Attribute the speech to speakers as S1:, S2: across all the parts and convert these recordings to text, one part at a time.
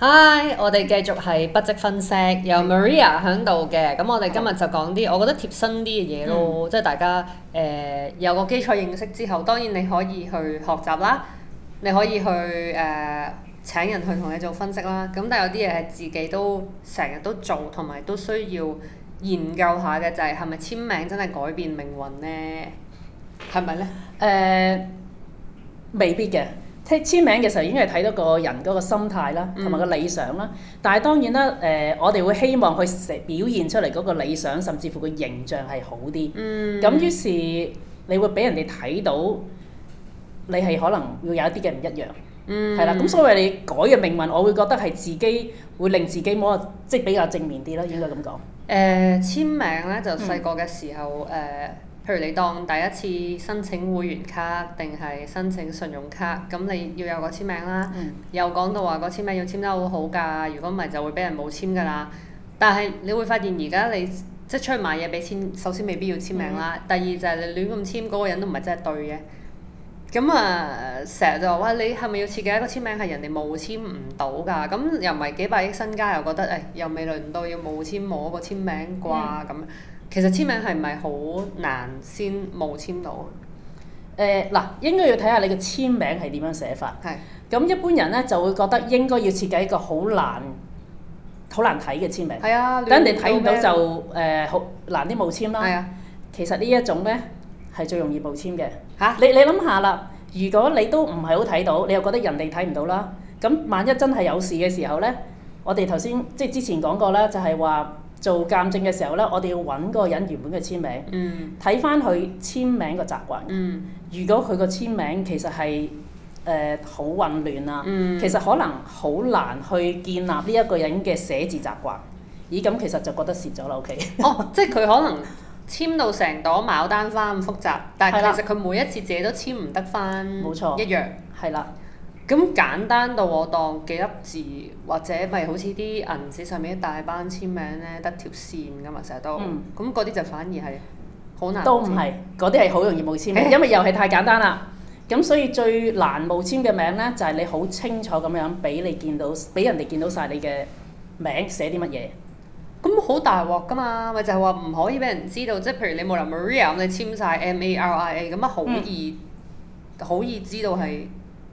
S1: Hi，我哋繼續係筆跡分析，有 Maria 喺度嘅。咁我哋今日就講啲我覺得貼身啲嘅嘢咯，即係大家誒、呃有個基礎認識之後，當然你可以去學習啦，你可以去誒、呃、請人去同你做分析啦。咁但係有啲嘢係自己都成日都做，同埋都需要研究下嘅，就係係咪簽名真係改變命運呢？係咪呢？
S2: 誒、呃未必嘅。簽簽名嘅時候已經係睇到個人嗰個心態啦，
S1: 嗯
S2: 同埋個理想啦。但係當然啦，誒、我哋會希望佢成表現出嚟嗰個理想，甚至乎個形象係好啲。咁、
S1: 嗯
S2: 於是你會俾人哋睇到，你係可能會有一啲嘅唔一樣。
S1: 嗯
S2: 係啦、咁所謂你改嘅命運，我會覺得係自己會令自己冇個即係比較正面啲啦，應該咁講。
S1: 誒、簽名咧就細個嘅時候誒、譬如你當第一次申請會員卡定係申請信用卡，咁你要有個簽名啦。
S2: 嗯
S1: 又講到話個簽名要簽得好好㗎，如果唔係就會俾人冇簽㗎啦。但係你會發現而家你即係出去買嘢俾錢，首先未必要簽名
S2: 嗯
S1: 啦。第二就係你亂咁簽嗰、個人都唔係真係對嘅。咁啊，成日就話哇，你係咪要設計一個簽名係人哋冇簽唔到㗎？咁又唔係幾百億身家，又覺得誒、唉又未輪到要冇簽我個簽名啩咁。
S2: 嗯
S1: 其實簽名係咪好難先冇簽到？
S2: 誒呃嗱、應該要睇下你嘅簽名係點樣寫法。
S1: 係
S2: 咁一般人咧就會覺得應該要設計一個好難、好難睇嘅簽名，
S1: 係啊，
S2: 等人哋睇唔到
S1: 亂咩
S2: 就誒好、難啲冒簽
S1: 係
S2: 啦。
S1: 啊
S2: 其實呢一種咧係最容易冒簽嘅。
S1: 嚇
S2: 你你諗下啦，如果你都唔係好睇到，你又覺得人哋睇唔到啦，咁萬一真係有事嘅時候咧，我哋頭先即係之前講過啦，就係話做鑑證嘅時候咧，我哋要揾嗰個人原本嘅簽名，
S1: 嗯
S2: 睇翻佢簽名個習慣。
S1: 嗯
S2: 如果佢個簽名其實係誒好混亂啊，
S1: 嗯
S2: 其實可能好難去建立呢一個人嘅寫字習慣。咦，咁其實就覺得蝕咗啦，OK？
S1: 哦，即係佢可能簽到成朵牡丹花咁複雜，但
S2: 係啦
S1: 係其實佢每一次自己都簽唔得翻，
S2: 冇錯
S1: 一樣。
S2: 係啦，
S1: 咁簡單到我當幾粒字，或者咪好似啲銀紙上面一大班簽名咧，得條線噶嘛，成日都。
S2: 嗯
S1: 咁嗰啲就反而係好難。
S2: 都唔。係，嗰啲係好容易冒簽 嘅，因為遊戲太簡單啦。咁所以最難冒簽嘅名呢，就係、你好清楚咁樣俾你見到，俾人哋見到晒你嘅名寫啲乜嘢。
S1: 咁好大鑊噶嘛，咪就係話唔可以俾人知道，即係譬如你冇林 Maria 咁，你簽晒 M A R I A 咁啊，好
S2: 嗯
S1: 易好、易知道係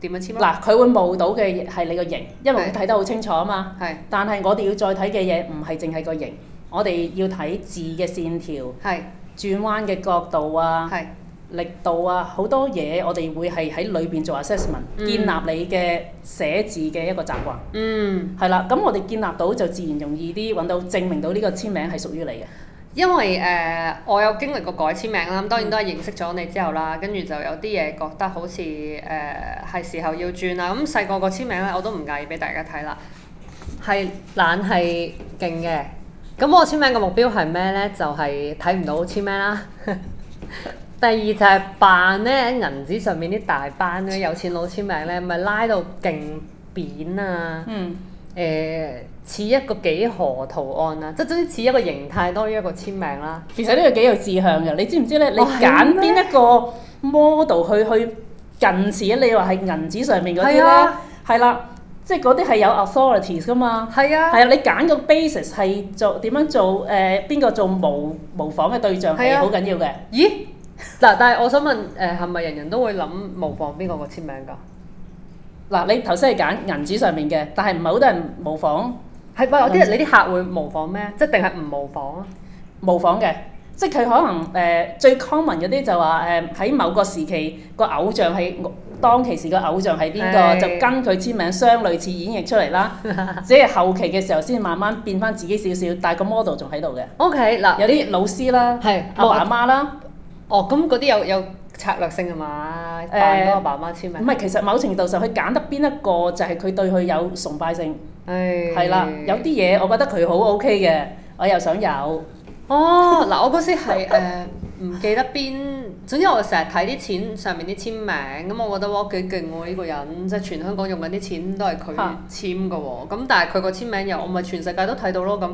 S1: 點啊樣簽咯。
S2: 嗱，佢會冒到嘅係你個形，因為佢睇得好清楚啊嘛。
S1: 係
S2: 但係我哋要再睇嘅嘢唔係淨係個形，我哋要睇字嘅線條、
S1: 係
S2: 轉彎嘅角度啊、
S1: 係
S2: 力度啊，好多嘢我哋會係喺裏邊做 assessment，、
S1: 嗯
S2: 建立你嘅寫字嘅一個習慣。
S1: 嗯。
S2: 係啦，咁我哋建立到就自然容易啲揾到證明到呢個簽名係屬於你嘅。
S1: 因為誒、呃我有經歷過改簽名啦，咁當然都係認識咗你之後啦，跟住就有啲嘢覺得好似誒係時候要轉啦。咁細個個簽名咧，我都唔介意俾大家睇啦。係懶係勁嘅。咁我簽名嘅目標係咩呢？就係睇唔到簽名啦。 第二就係扮呢銀紙上面啲大班咧，有錢佬簽名呢，咪拉到勁扁啊！
S2: 嗯，
S1: 誒、呃似一個幾何圖案啊啦，即係總之似一個形態多於一個簽名啦。
S2: 其實呢個幾有志向嘅，你知唔知咧？你
S1: 哦係
S2: 揀
S1: 咩
S2: 邊一個 model 去去近似啊？你話係銀紙上面嗰啲
S1: 係
S2: 咧
S1: 啊，
S2: 係啦，即係嗰啲係有 authorities 噶嘛。
S1: 係啊，
S2: 係啊，你揀個 basis 係做點樣做？誒邊個做模模仿嘅對象
S1: 係
S2: 係
S1: 啊
S2: 好緊要嘅。
S1: 咦？嗱，但係我想問誒，係咪人人都會諗模仿邊個個簽名㗎？
S2: 嗱，你頭先係揀銀紙上面嘅，但係唔係好多人模仿
S1: 係咪有
S2: 嗯
S1: 啲人你啲客會模仿咩？即係定係唔模仿啊？
S2: 模仿嘅，即係佢可能誒、呃最 common 嗰啲就話誒喺某個時期個偶像係當其時個偶像係邊個，
S1: 係
S2: 就跟佢簽名相類似演繹出嚟啦。只係後期嘅時候先慢慢變翻自己少少，但係個 model 仲喺度嘅。
S1: O K，嗱，
S2: 有啲老師啦，
S1: 係
S2: 阿爸阿媽啦。
S1: 哦，咁嗰啲有有策略性係嘛？扮嗰個爸爸簽
S2: 唔
S1: 名，
S2: 係，其實某程度上佢揀得邊一個就係佢對佢有崇拜性，
S1: 係
S2: 係啦、有啲嘢我覺得佢好 OK 嘅，我又想有，
S1: 哦，嗱，我嗰時係誒唔記得邊，總之我成日睇啲錢上面啲簽名，咁我覺得哇幾勁喎呢個人，即係全香港用緊啲錢都係佢
S2: 嚇
S1: 簽㗎喎，咁但係佢個簽名又我咪全世界都睇到咯，咁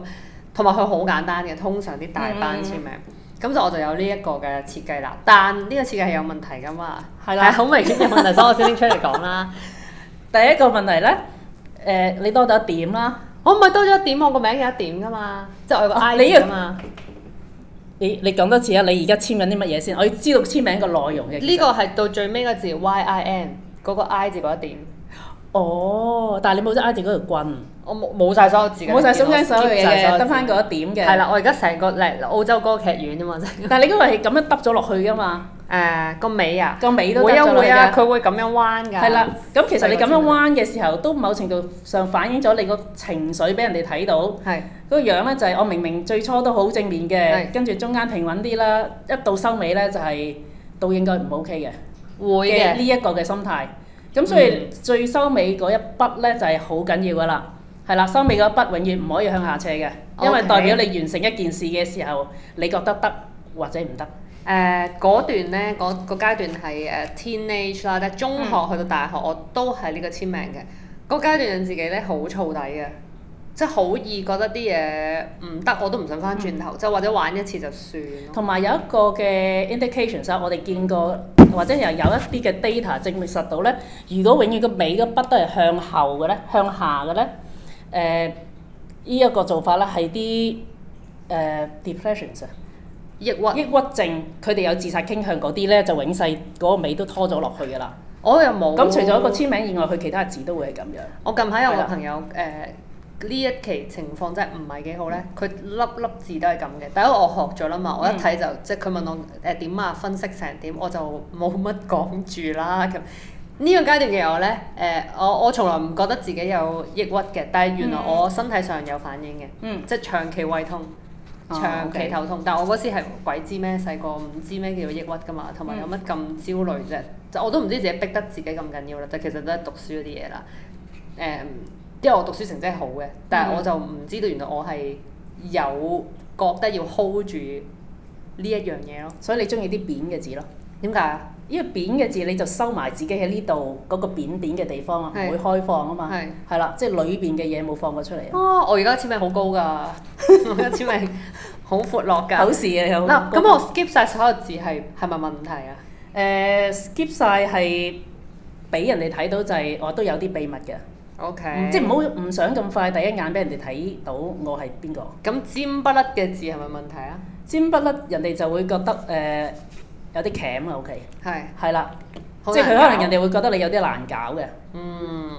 S1: 同埋佢好簡單嘅，通常啲大班簽名，
S2: 嗯
S1: 咁、就我就有呢一個嘅設計啦，但呢個設計係有問題㗎嘛，
S2: 係啦
S1: 好明顯嘅問題，所以我先拎出嚟講啦，
S2: 第一個問題呢，誒、誒你多咗一點啦，
S1: 我唔係多咗一點，我個名有一點噶嘛，即係我有個
S2: 啊
S1: I
S2: 你要
S1: 㗎嘛。
S2: 你你講多次啊！你而家簽緊啲乜嘢先？我要知道簽名個內容嘅。其實
S1: 呢個係到最尾個字 Y I N 嗰個 I 字嗰一點，
S2: 哦，但係你冇咗 ID 嗰條棍，
S1: 我冇冇曬所有字嘅，
S2: 冇晒中間所有嘢
S1: 我 skip 晒所
S2: 嘅，
S1: 字
S2: 得翻嗰一點嘅。
S1: 係。啦，我而家成個嚟澳洲歌劇院啫嘛，真係
S2: 但係你嗰個係咁樣揼咗落去噶嘛，
S1: 誒個尾啊，
S2: 個尾都
S1: 會
S2: 揼
S1: 啊
S2: 咗落
S1: 會
S2: 去
S1: 啊，
S2: 嘅。
S1: 佢會咁樣彎㗎。
S2: 係啦，咁其實你咁
S1: 細
S2: 樣
S1: 個
S2: 彎嘅時候，都某程度上反映咗你個情緒俾人哋睇到。
S1: 係，
S2: 個樣咧就係我明明最初都好正面嘅，
S1: 係
S2: 跟住中間平穩啲啦，一到收尾咧就係都應該唔 OK 嘅。
S1: 會
S2: 嘅呢
S1: 嘅，
S2: 一個嘅心態。咁所以最收尾嗰一筆咧就係好緊要噶啦，係啦，收尾嗰一筆永遠唔可以向下斜嘅，因為
S1: OK
S2: 代表你完成一件事嘅時候，你覺得得或者唔得。
S1: 誒嗰段咧，嗰個階段係誒 teenage 啦，但係中
S2: 嗯
S1: 學去到大學我都係呢個簽名嘅。嗰階段自己咧好燥底嘅，即係好易覺得啲嘢唔得，我都唔想翻轉
S2: 嗯
S1: 頭，即係或者玩一次就算咯。
S2: 同埋有一個嘅 indications 啊，我哋見過或者又有一啲嘅 data 證明實到咧，如果永遠個尾嗰筆都係向後嘅咧，向下嘅咧，誒呢一個做法咧係啲誒 depressions 啊。
S1: 抑鬱。
S2: 抑鬱症佢哋有自殺傾向嗰啲咧，就永世嗰個尾都拖咗落去㗎啦。
S1: 我又冇。
S2: 咁除咗一個簽名以外，佢其他字都會係咁樣。
S1: 我近排有
S2: 係
S1: 個
S2: 啦
S1: 朋友誒，呢、一期情況真係唔係幾好咧，佢粒粒字都係咁嘅。但因為我學咗啦
S2: 嗯
S1: 嘛，我一睇就、即係佢問我誒點、啊，分析成點，我就冇乜講住啦咁。呢個階段嘅我咧，誒、我我從來唔覺得自己有抑鬱嘅，但係原來我身體上有反應嘅，
S2: 嗯，
S1: 即係長期胃痛、
S2: 哦
S1: 長期
S2: OK
S1: 頭痛。但我嗰時係鬼知咩，細個唔知咩叫抑鬱噶嘛，同
S2: 嗯
S1: 埋有乜咁焦慮啫？就我都唔知自己逼得自己咁緊要啦，就其實都係讀書嗰啲嘢啦。誒、因為我讀書成績好嘅，但
S2: 嗯
S1: 係我就唔知道原來我係有覺得要 hold 住呢一樣嘢咯。
S2: 所以你中意啲扁嘅字咯，
S1: 點解啊？
S2: 因為扁嘅字你就收埋自己喺呢度嗰個扁扁嘅地方啊，唔
S1: 係
S2: 會開放啊嘛。
S1: 係。
S2: 係啦，即係裏邊嘅嘢冇放過出嚟啊。
S1: 哦，我而家簽名好高㗎， 我而家簽名好闊落
S2: 口
S1: 㗎。
S2: 試啊，有
S1: 嗱，咁我 skip 晒所有字係係咪問題啊？
S2: 誒呃 skip 晒係俾人哋睇到就係我都有啲秘密嘅，
S1: O
S2: 嗯
S1: K，
S2: 即係唔好唔想咁快第一眼俾人哋睇到我係邊個。
S1: 咁尖不甩嘅字係咪問題啊？
S2: 尖不甩人哋就會覺得誒、呃有啲鉗啊，OK，
S1: 係，
S2: 係啦，
S1: 好
S2: 即係佢
S1: 難
S2: 可能
S1: 搞
S2: 人哋會覺得你有啲難搞嘅，
S1: 嗯，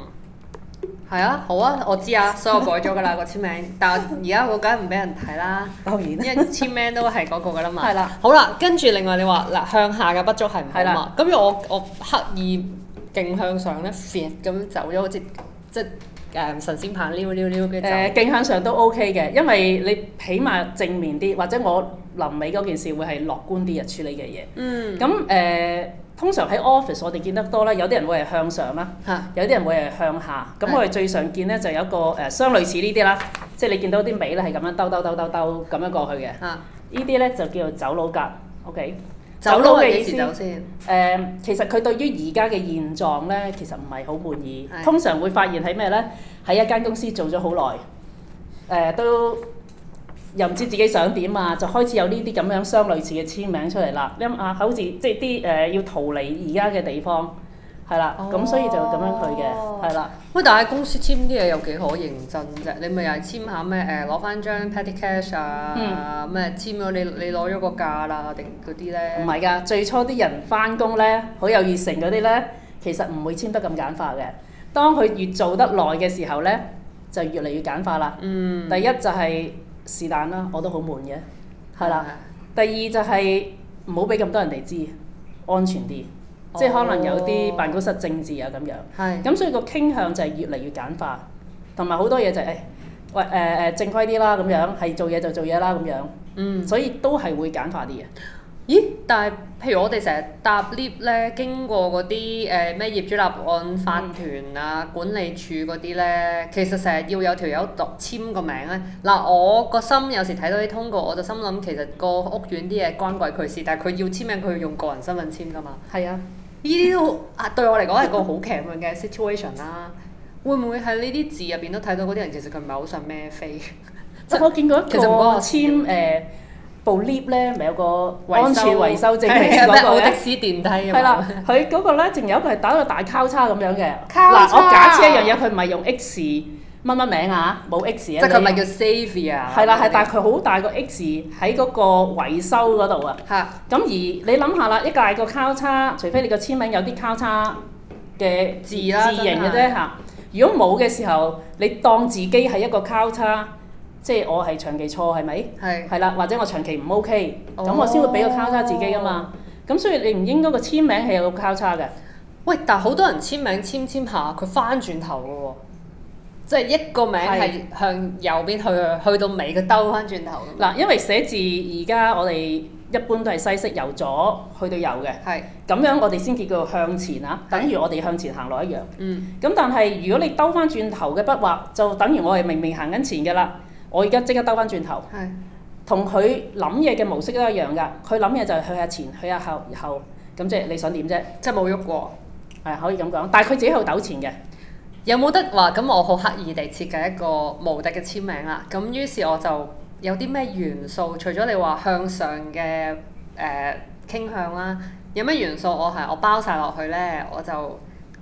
S1: 係啊，好啊，我知啊，所以我改咗㗎啦個簽名，但係而家我梗係唔俾人睇啦，
S2: 當 然
S1: 因為簽名都係嗰個㗎啦嘛。
S2: 係啦。
S1: 好啦，跟住另外你話嗱向下嘅不足係唔好
S2: 係啦
S1: 嘛？咁如果我我刻意勁向上咧 f 咁走咗，好似即係誒神仙棒溜溜溜嘅
S2: 誒、
S1: 走。
S2: 勁向上都 OK 嘅，因為你起碼正面啲，或者我臨尾嗰件事會係樂觀啲啊嘅處理嘅嘢。
S1: 嗯，
S2: 咁誒、呃通常喺 office 我哋見得多啦，有啲人會係向上啦，
S1: 嚇
S2: 有啲人會係向下。咁
S1: 係
S2: 我哋最常見咧就有一個誒、呃相類似呢啲啦，即係你見到啲尾咧係咁樣兜兜兜兜兜咁樣過去嘅，呢
S1: 嚇，
S2: 啲咧就叫做走佬格，OK。
S1: 走佬
S2: 佬
S1: 係
S2: 嘅
S1: 幾
S2: 意思
S1: 時走先？
S2: 誒、其實佢對於而家嘅現狀咧，其實唔係好滿意。
S1: 係
S2: 通常會發現喺咩咧？喺一間公司做咗好耐，誒、都又唔知自己想點啊，就開始有呢啲咁樣相類似嘅簽名出嚟啦。因啊，好似即係啲誒要逃離而家嘅地方，係啦，咁、所以就咁樣去
S1: 哦
S2: 嘅，係啦。
S1: 喂，但係公司簽啲嘢有幾可認真啫？你咪又係簽下咩誒攞翻張 petty cash 啊，咩、簽咗你你攞咗個價啦，定嗰啲
S2: 嗯唔
S1: 咧？
S2: 係㗎，最初啲人翻工咧，好有熱誠嗰啲咧，其實唔會簽得咁簡化嘅。當佢越做得耐嘅時候咧，就越嚟越簡化啦。
S1: 嗯，
S2: 第一就係是但啦，我都好悶嘅，係啦。第二就係唔好俾咁多人哋知，安全啲，
S1: 哦
S2: 即係可能有啲辦公室政治啊咁樣。
S1: 係，係
S2: 咁所以個傾向就係越嚟越簡化，同埋好多嘢就係、誒喂誒誒、正規啲啦咁樣，係做嘢就做嘢啦咁樣，
S1: 嗯。
S2: 所以都係會簡化啲嘅。
S1: 咦？但係譬如我哋成日搭 lift 咧，經過嗰啲誒咩業主立案法團啊、管理處嗰啲咧，其實成日要有條友讀簽個名咧。嗱，我個心有時睇到啲通告，我就心諗其實個屋苑啲嘢關鬼佢事，但係佢要簽名，佢要用個人身份簽㗎嘛。
S2: 係啊。
S1: 呢啲都啊對我嚟講係個好劇本嘅 situation 啦。會唔會喺呢啲字入邊都睇到嗰啲人其實佢唔係好想孭飛？
S2: 即係我見過一
S1: 其實唔關
S2: 個
S1: 我事
S2: 簽誒部 lift 咧咪有個
S1: 維
S2: 安全
S1: 修
S2: 維修證
S1: 係啊
S2: 明
S1: 咩
S2: 嗰個
S1: 奧的
S2: 咧？
S1: 士電梯啊咁
S2: 係啦
S1: 樣。，
S2: 佢嗰個咧，仲有一個係打個大交叉咁樣嘅。
S1: 交
S2: 嗱，我假
S1: 叉
S2: 設一樣嘢，佢唔係用 X 乜乜名啊，冇 X
S1: 即
S2: 啊。
S1: 係佢咪
S2: 你
S1: 叫啊 Savia？
S2: 係啦，係，但係佢好大個 X 喺嗰個維修嗰度啊。
S1: 嚇
S2: 咁而你諗下啦，一大個交叉，除非你個簽名有啲交叉嘅
S1: 字啦
S2: 字形嘅
S1: 真
S2: 啫嚇。如果冇嘅時候，你當自己係一個交叉，即係我係長期錯係咪？
S1: 係
S2: 係啦，或者我長期唔 OK，咁、
S1: 哦
S2: 我先會俾個交叉自己噶嘛。咁所以你唔應該個簽名係有個交叉嘅，
S1: 喂，但係好多人簽名簽簽下，佢翻轉頭嘅喎，即係一個名係向右邊去，去到尾佢兜翻轉頭咁。
S2: 嗱，因為寫字而家我哋一般都係西式由左去到右嘅，
S1: 係，
S2: 咁樣我哋先叫做向前啊，等於我哋向前行落一樣。
S1: 嗯，
S2: 咁但係如果你兜翻轉頭嘅筆畫，就等於我係明明行緊前嘅啦。我而家即刻兜翻轉頭，
S1: 係，
S2: 同佢諗嘢嘅模式都一樣㗎。佢諗嘢就係去下前，去下後，後咁即係你想點啫？
S1: 即係冇喐過。
S2: 係啊可以咁講，但係佢自己喺度糾纏嘅。
S1: 有冇得話咁？我好刻意地設計一個無敵嘅簽名啦。咁於是我就有啲咩元素？除咗你話向上嘅誒、呃、傾向啦，有咩元素我係我包晒落去咧？我就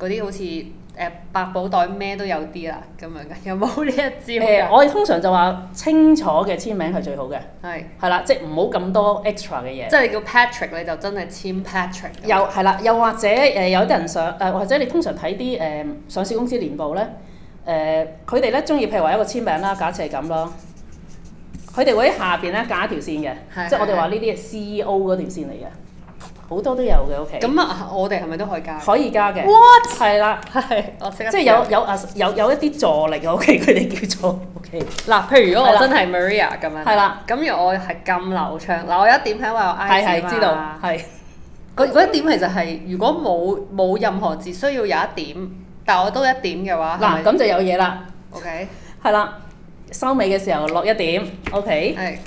S1: 嗰啲好似誒、呃百寶袋咩都有啲啦，咁樣嘅。 有冇呢一招
S2: 誒、
S1: 㗎？
S2: 我哋通常就話清楚嘅簽名係最好嘅，
S1: 係、
S2: 係啦，即係唔好咁多 extra 嘅嘢。
S1: 即係你叫 Patrick，你就真係簽 Patrick 咁樣。
S2: 又係啦，又或者誒、有啲人想誒、或者你通常睇啲誒上市公司年報咧，誒佢哋咧中意譬如話一個簽名啦，假設係咁咯，佢哋會喺下邊咧加一條線嘅，
S1: 係
S2: 即係我哋話
S1: 係
S2: 呢啲係 CEO 嗰條線嚟嘅，好多都有嘅屋企，
S1: 咁啊，我哋係咪都可以加？
S2: 可以加嘅
S1: What？
S2: 係啦，
S1: 係，我即刻
S2: 即係有有啊有有一啲助力嘅屋企，佢哋叫做 OK，
S1: 嗱，譬如如果
S2: 係
S1: 我
S2: 啦
S1: 真係 Maria 咁樣，
S2: 係啦，
S1: 咁如果我係咁流暢，嗱，我有一點係話我 I
S2: 係
S1: 字
S2: 係
S1: 嘛
S2: 知道係
S1: 嗰嗰一點其實係如果冇冇任何字需要有一點，但我都一點嘅話，
S2: 嗱咁就有嘢啦，
S1: o k
S2: 係啦，收尾嘅時候落一點，OK。
S1: 係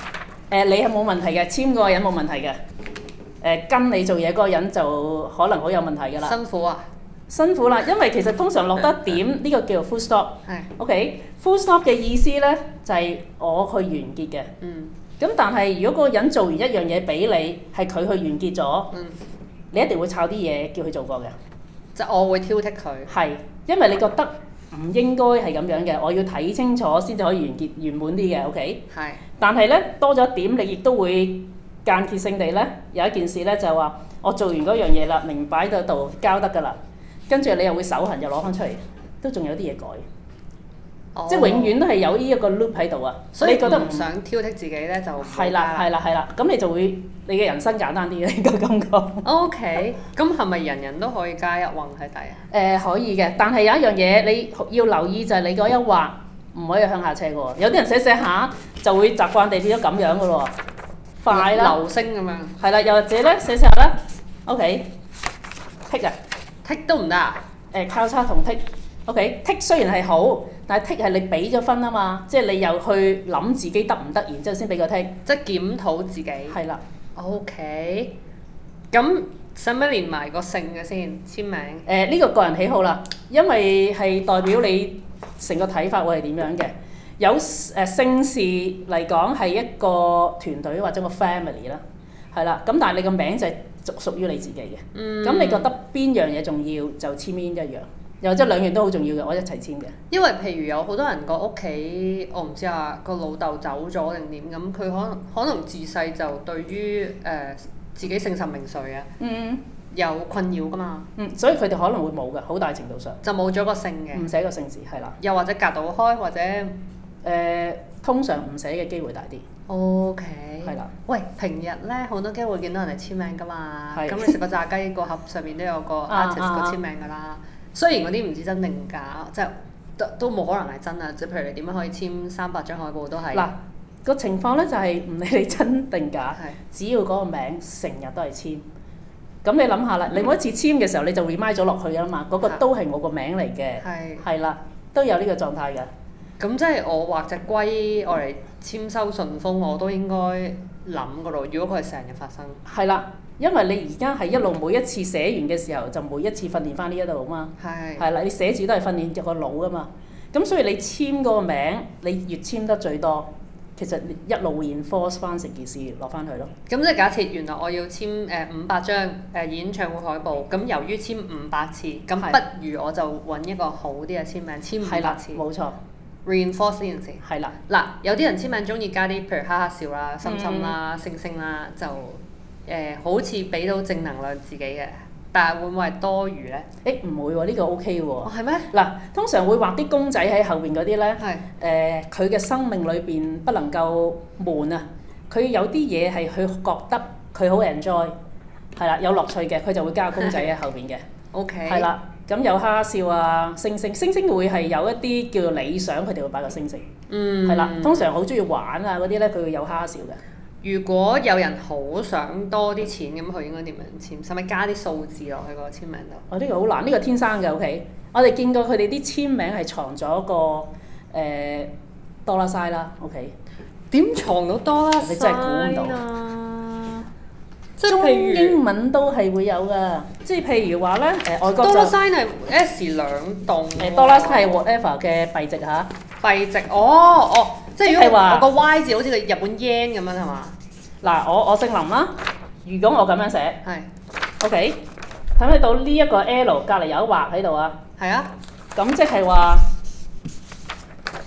S2: 誒、你係冇問題嘅，簽嗰個人冇問題嘅。誒、跟你做嘢嗰個人就可能好有問題㗎啦，
S1: 辛苦啊，
S2: 辛苦啦，因為其實通常落得一點，呢個叫做 full stop。
S1: 係
S2: OK，full stop 嘅意思呢，就係、我去完結嘅。
S1: 嗯
S2: 咁但係如果嗰個人做完一樣嘢俾你，係佢去完結咗，
S1: 嗯，
S2: 你一定會抄啲嘢叫佢做過嘅。
S1: 即係我會挑剔佢，
S2: 係，因為你覺得唔應該係咁樣嘅，我要睇清楚先至可以完結圓滿啲嘅。OK。
S1: 係
S2: 但係咧多咗一點，你亦都會間歇性地咧有一件事咧就係話，我做完嗰樣嘢啦，明擺喺度交得㗎啦，跟住你又會手痕又攞翻出嚟，都仲有啲嘢改，
S1: 哦
S2: 即係永遠都係有呢一個 loop 喺度啊。
S1: 所以
S2: 你覺得
S1: 唔想挑剔自己咧就唔會
S2: 係啦
S1: 加
S2: 係啦係啦，咁你就會你嘅人生簡單啲嘅個感覺。誒、
S1: ，OK，咁係咪人人都可以加一橫喺底啊？
S2: 可以嘅，但係有一樣嘢你要留意就係你嗰一畫唔可以向下斜嘅喎，有啲人寫寫下就會習慣地變咗咁樣嘅咯喎， 快啦。
S1: 流星咁樣
S2: 係啦，又或者咧寫寫下啦，OK，剔啊，
S1: 剔都唔得啊？
S2: 誒交叉同剔，OK，剔雖然係好，但係剔係你俾咗分啊嘛，即係你又去諗自己得唔得，然之後先俾個剔，
S1: 即係檢討自己。
S2: 係啦，
S1: OK，咁使唔使連埋個姓嘅先簽名？
S2: 誒呢個個人喜好啦，因為係代表你成個睇法會係點樣嘅。有誒、姓氏嚟講係一個團隊或者個 family 啦，係啦，咁但係你個名就係屬屬於你自己嘅。
S1: 嗯
S2: 咁、你覺得邊樣嘢重要就簽邊一樣，又或者兩樣都好重要嘅，我一齊簽嘅。
S1: 因為譬如有好多人個屋企，我唔知啊，個老豆走咗定點咁，佢可能可能自細就對於誒、呃自己姓甚名誰啊
S2: 嗯
S1: 有困擾噶嘛，
S2: 嗯，所以佢哋可能會冇嘅，好大程度上
S1: 就冇咗個姓嘅，
S2: 唔寫個姓氏係啦。
S1: 又或者隔到開或者
S2: 誒、通常唔寫嘅機會大啲，
S1: OK。
S2: 係啦。
S1: 喂，平日咧好多機會見到人哋簽名噶嘛，
S2: 係
S1: 咁你食個炸雞個盒上面都有 個
S2: 啊
S1: artist
S2: 啊
S1: 個簽名噶啦。雖然嗰啲唔知真定假，即係都都冇可能係真啊！即係譬如你點樣可以簽三百張海報都係，
S2: 嗱個情況咧就係唔理你真定假，
S1: 係
S2: 只要嗰個名成日都係簽。咁你諗下啦，你每一次簽嘅時候你就 remind 咗落去啊嘛，嗰、個
S1: 嚇
S2: 都係我個名嚟嘅，
S1: 係。
S2: 係啦，都有呢個狀態嘅。
S1: 咁即係我畫只龜，我嚟簽收順豐，我都應該諗噶咯。如果佢係成日發生，
S2: 係啦，因為你而家係一路每一次寫完嘅時候，就每一次訓練翻呢一度啊嘛。
S1: 係
S2: 係啦，你寫字都係訓練個腦噶嘛。咁所以你簽嗰個名，你越簽得最多，其其實一路 reinforce 翻成件事落翻去咯。
S1: 咁即係假設原來我要簽誒五百張誒演唱會海報，咁由於簽五百次，咁
S2: 係
S1: 不如我就揾一個好啲嘅簽名，簽
S2: 係
S1: 五百
S2: 啦
S1: 次，
S2: 冇錯，
S1: reinforce 呢件事。
S2: 係啦。
S1: 嗱，有啲人簽名中意加啲，譬如哈哈笑
S2: 嗯
S1: 啦、心心啦、星星啦，就誒、呃好似俾到正能量自己嘅，但係會唔會係多餘呢？
S2: 誒唔會喎，呢個 OK
S1: 哦，
S2: 喎。
S1: 係咩？
S2: 嗱，通常會畫啲公仔喺後邊嗰啲
S1: 係
S2: 咧，誒呃佢嘅生命裏邊不能夠悶啊，佢有啲嘢係佢覺得佢好 enjoy，係啦，有樂趣嘅，佢就會加個公 仔喺後邊嘅。
S1: ，OK，
S2: 係，啦，咁有蝦笑啊、星星，星星會係有一啲叫做理想，佢哋會擺個星星，
S1: 嗯，
S2: 係啦、通常好中意玩啊嗰啲咧，佢會有蝦笑嘅。
S1: 如果有人好想多啲錢，咁佢應該點樣簽？使咪加啲數字落去個簽名度？
S2: 哦，呢、個好難，呢、個天生嘅，OK。我哋見過佢哋啲簽名係藏咗個誒、呃多啦晒啦，OK。
S1: 點藏到多啦？
S2: 你真係估唔到啊
S1: 到。即係
S2: 中
S1: 譬如
S2: 英文都係會有㗎，即係譬如話咧，誒、外國
S1: 多
S2: 就
S1: 啦
S2: 誒
S1: sign 係 S 兩棟喎，
S2: 多啦晒係 whatever 嘅幣值嚇，
S1: 幣值，哦哦，即係如
S2: 即係
S1: 果
S2: 話
S1: 我個 Y 字好似個日本 yen 咁樣係嘛？
S2: 嗱我我姓林啦，如果我咁樣寫
S1: 係
S2: ，OK，睇唔睇到呢一個 L 隔離有一畫喺度啊？
S1: 係啊
S2: 咁即係話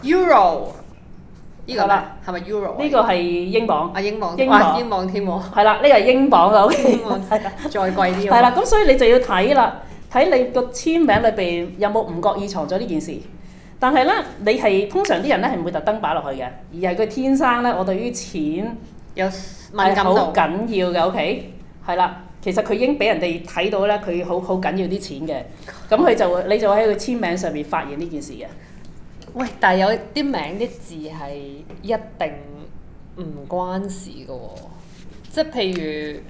S1: ，Euro 呢個咩
S2: 好啦
S1: 係咪 Euro 啊
S2: 呢個係英鎊，
S1: 啊英鎊
S2: 英
S1: 哇
S2: 鎊
S1: 英鎊添喎，
S2: 係啦，呢個係英鎊啦，OK，
S1: 英鎊
S2: 係啦，啊
S1: 再貴啲喎
S2: 係啦，咁所以你就要睇啦，睇你個簽名裏邊有冇唔覺意藏咗呢件事。但係咧，你係通常啲人咧係唔會特登擺落去嘅，而係佢天生咧，我對於錢
S1: 有敏
S2: 係
S1: 感
S2: 好
S1: 度，
S2: 緊要嘅，OK，係啦。其實佢已經俾人哋睇到咧，佢好好緊要啲錢嘅，咁佢就會你就會喺佢簽名上面發現呢件事嘅。
S1: 喂，但係有啲名啲字係一定唔關事嘅喎，即係譬如。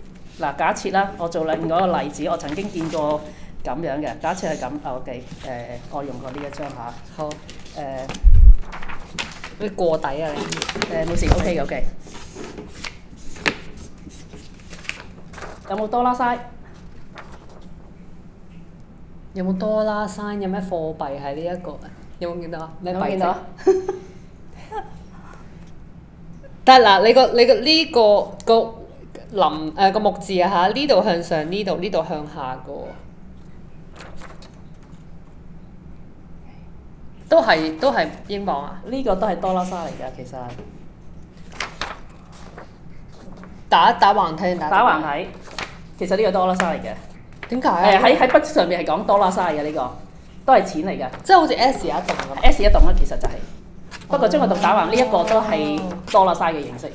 S2: 嗱，假設啦，我做另外一個例子，我曾經見過咁樣嘅。假設係咁啊，OK，誒、我用過呢一張嚇，
S1: 好，
S2: 誒、
S1: 你過底啊你！
S2: 誒冇事，OK 嘅，OK。有冇多啦曬？
S1: 有冇多啦山？有咩貨幣係呢一個？有冇見到啊？咩
S2: 有冇
S1: 幣
S2: 見
S1: 值
S2: 到啊？
S1: 但係嗱，你個你個呢、個個林誒、個木字啊嚇，呢度向上，呢度呢度向下嘅喎，都係都係英鎊啊！
S2: 呢個都係多啦曬嚟㗎，其實
S1: 打打橫睇定打
S2: 打橫
S1: 睇？
S2: 睇，其實呢個多啦曬嚟嘅。
S1: 點解
S2: 誒
S1: 啊？
S2: 哎喺喺筆上面係講多啦曬嘅呢個，都係錢嚟㗎。
S1: 即係好似 S 有一棟咁。
S2: S 一棟啦，其實就係、不過將個棟打橫呢一個都係多啦曬嘅形式。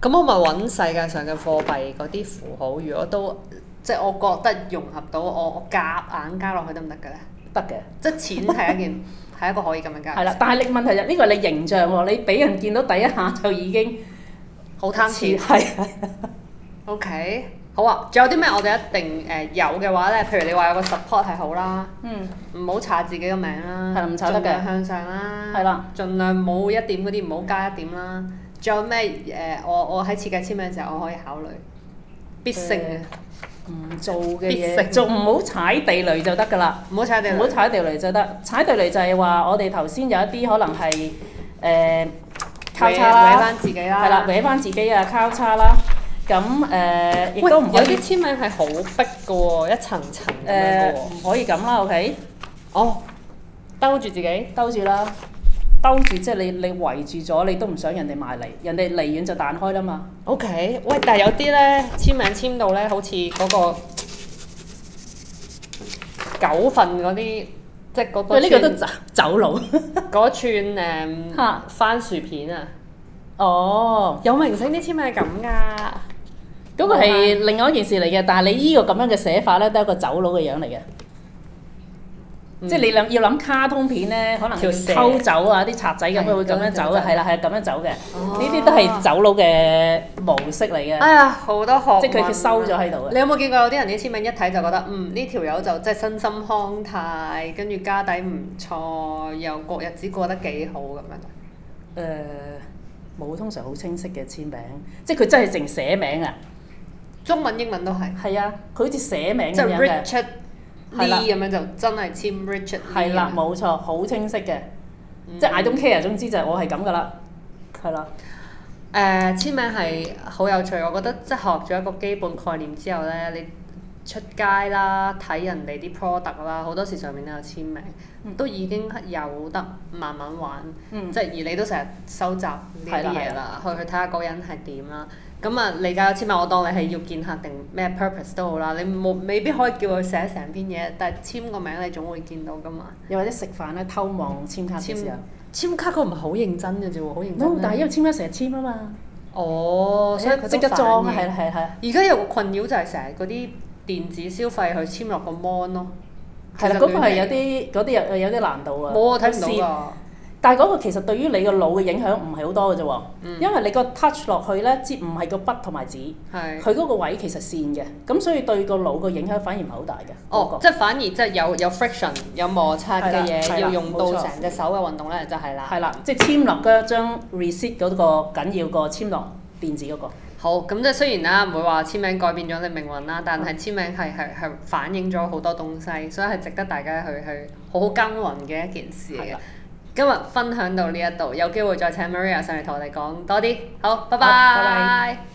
S1: 咁我咪揾世界上嘅貨幣嗰啲符號，如果都即係我覺得融合到我我夾硬加落去得唔得嘅咧？
S2: 得嘅，
S1: 即係錢係一件 係一個可以咁樣加嘅事。
S2: 係啦，但係你問題就呢個係你形象喎，你俾人見到第一下就已經
S1: 好貪錢。
S2: 係
S1: OK，好啊！仲有啲咩我哋一定誒、呃有嘅話咧，譬如你話有個 support 係好啦，
S2: 嗯
S1: 唔好查自己個名啦，
S2: 係啦唔查得嘅
S1: 盡量向上啦，
S2: 係啦，
S1: 盡量冇一點嗰啲唔好加一點啦。仲有咩誒、呃我我喺設計簽名嘅時候，我可以考慮必勝嘅，
S2: 唔做嘅
S1: 必
S2: 嘢，
S1: 勝
S2: 仲唔好踩地雷就得㗎啦，
S1: 唔好踩地雷
S2: 唔好。踩地雷就得。踩地雷就係話我哋頭先有一啲可能係誒、呃交叉
S1: 搲
S2: 啦，
S1: 翻自己啦。
S2: 係啦，搲翻自己啊，交叉啦。咁呃誒亦
S1: 喂，
S2: 都唔可
S1: 有
S2: 以
S1: 啲簽名係好逼嘅喎，一層層咁樣
S2: 誒
S1: 嘅喎。
S2: 唔可以咁啦，OK。
S1: 呃哦，兜住自己。
S2: 兜住啦，兜住即係你你圍住咗，你都唔想人哋埋嚟，人哋離遠就彈開啦嘛。
S1: O、k 喂，但係有啲咧簽名簽到咧，好似嗰、個九份嗰啲，即係嗰個
S2: 喂，呢個都
S1: 串
S2: 走走佬。
S1: 嗰串誒、
S2: 嚇
S1: 番薯片啊，
S2: 哦，
S1: 有明星啲簽名係咁噶，
S2: 嗰、個係另外一件事嚟嘅，但係你呢個咁樣嘅寫法咧，都係一個走佬嘅樣嚟嘅。嗯即係你諗要諗卡通片咧，可能
S1: 條
S2: 要
S1: 蛇
S2: 偷走啊啲賊仔咁，佢會咁
S1: 咁樣
S2: 樣走啊嘅，
S1: 走
S2: 係啦係咁樣走嘅，呢
S1: 哦
S2: 啲都係走佬嘅模式嚟嘅。
S1: 哎呀好多學
S2: 即係佢佢收咗喺度嘅
S1: 嘅。你有冇見過有啲人啲簽名一睇就覺得嗯呢條友就即係身心康泰，跟住家底唔錯，又過日子過得幾好咁樣？
S2: 誒呃冇通常好清晰嘅簽名，即係佢真係淨寫名啊。
S1: 中文英文都係，
S2: 係啊，佢好似寫名
S1: 即
S2: 咁
S1: 係
S2: 樣嘅。
S1: Richard
S2: 係啦
S1: Lee 咁樣就真係簽 Richard Lee 啊
S2: 係啦，
S1: 咁樣
S2: 冇錯，好清晰嘅，即係 I don't care，總之就係我係咁噶啦。係啦，
S1: 誒、簽名係好有趣，我覺得即係學咗一個基本概念之後咧，你出街啦、睇人哋啲 product 啦，好多時上面都有簽名，
S2: 嗯
S1: 都已經有得慢慢玩。
S2: 嗯
S1: 即，係而你都成日收集呢啲
S2: 係啦
S1: 嘢啦，去去睇下嗰個人係點啦。咁啊，你搞簽名，我當你係要見客定咩 purpose 都好啦，你冇未必可以叫佢寫成篇嘢，但係簽個名你總會見到噶嘛。
S2: 又或者食飯咧偷望簽卡嘅時候
S1: 簽卡佢唔係好認真嘅啫喎，好認真
S2: ，no，
S1: 咩。
S2: 但係因為簽卡成日簽啊嘛，
S1: 嗯哦，所以佢
S2: 即刻裝啊，係
S1: 係。
S2: 啦係啦係啦，
S1: 而家有個困擾就係成日嗰啲電子消費去簽落個 mon 咯。
S2: 係
S1: 其
S2: 啦，嗰
S1: 實
S2: 個
S1: 亂
S2: 係有
S1: 嚟
S2: 啲嗰啲有有啲難度啊，
S1: 冇啊，睇唔
S2: 試
S1: 到
S2: 但係嗰個其實對於你個腦嘅影響唔係好多嘅啫喎，
S1: 嗯
S2: 因為你個 touch 落去咧，接唔係個筆同埋紙，
S1: 㗎。係。
S2: 佢嗰個位其實線嘅，咁所以對個腦個影響反而唔係好大嘅。
S1: 哦，
S2: 嗰
S1: 即係反而即係有有 friction 有摩擦
S2: 係
S1: 嘅
S2: 啦係
S1: 嘢，
S2: 啦
S1: 要用到
S2: 冇錯
S1: 成隻手嘅運動咧，就係
S2: 個
S1: 啦。
S2: 係啦，即係簽落嗰張 receipt 嗰個緊要過簽落電子嗰個。
S1: 好，咁即係雖然啦，唔會話簽名改變咗你命運啦，
S2: 嗯
S1: 但係簽名係係係反映咗好多東西，所以係值得大家去去好好耕耘嘅一件事嚟
S2: 係
S1: 嘅
S2: 啦。
S1: 今日分享到呢一度，有機會再請 Maria 上嚟同我哋講多啲。好，拜
S2: 好拜拜
S1: 拜。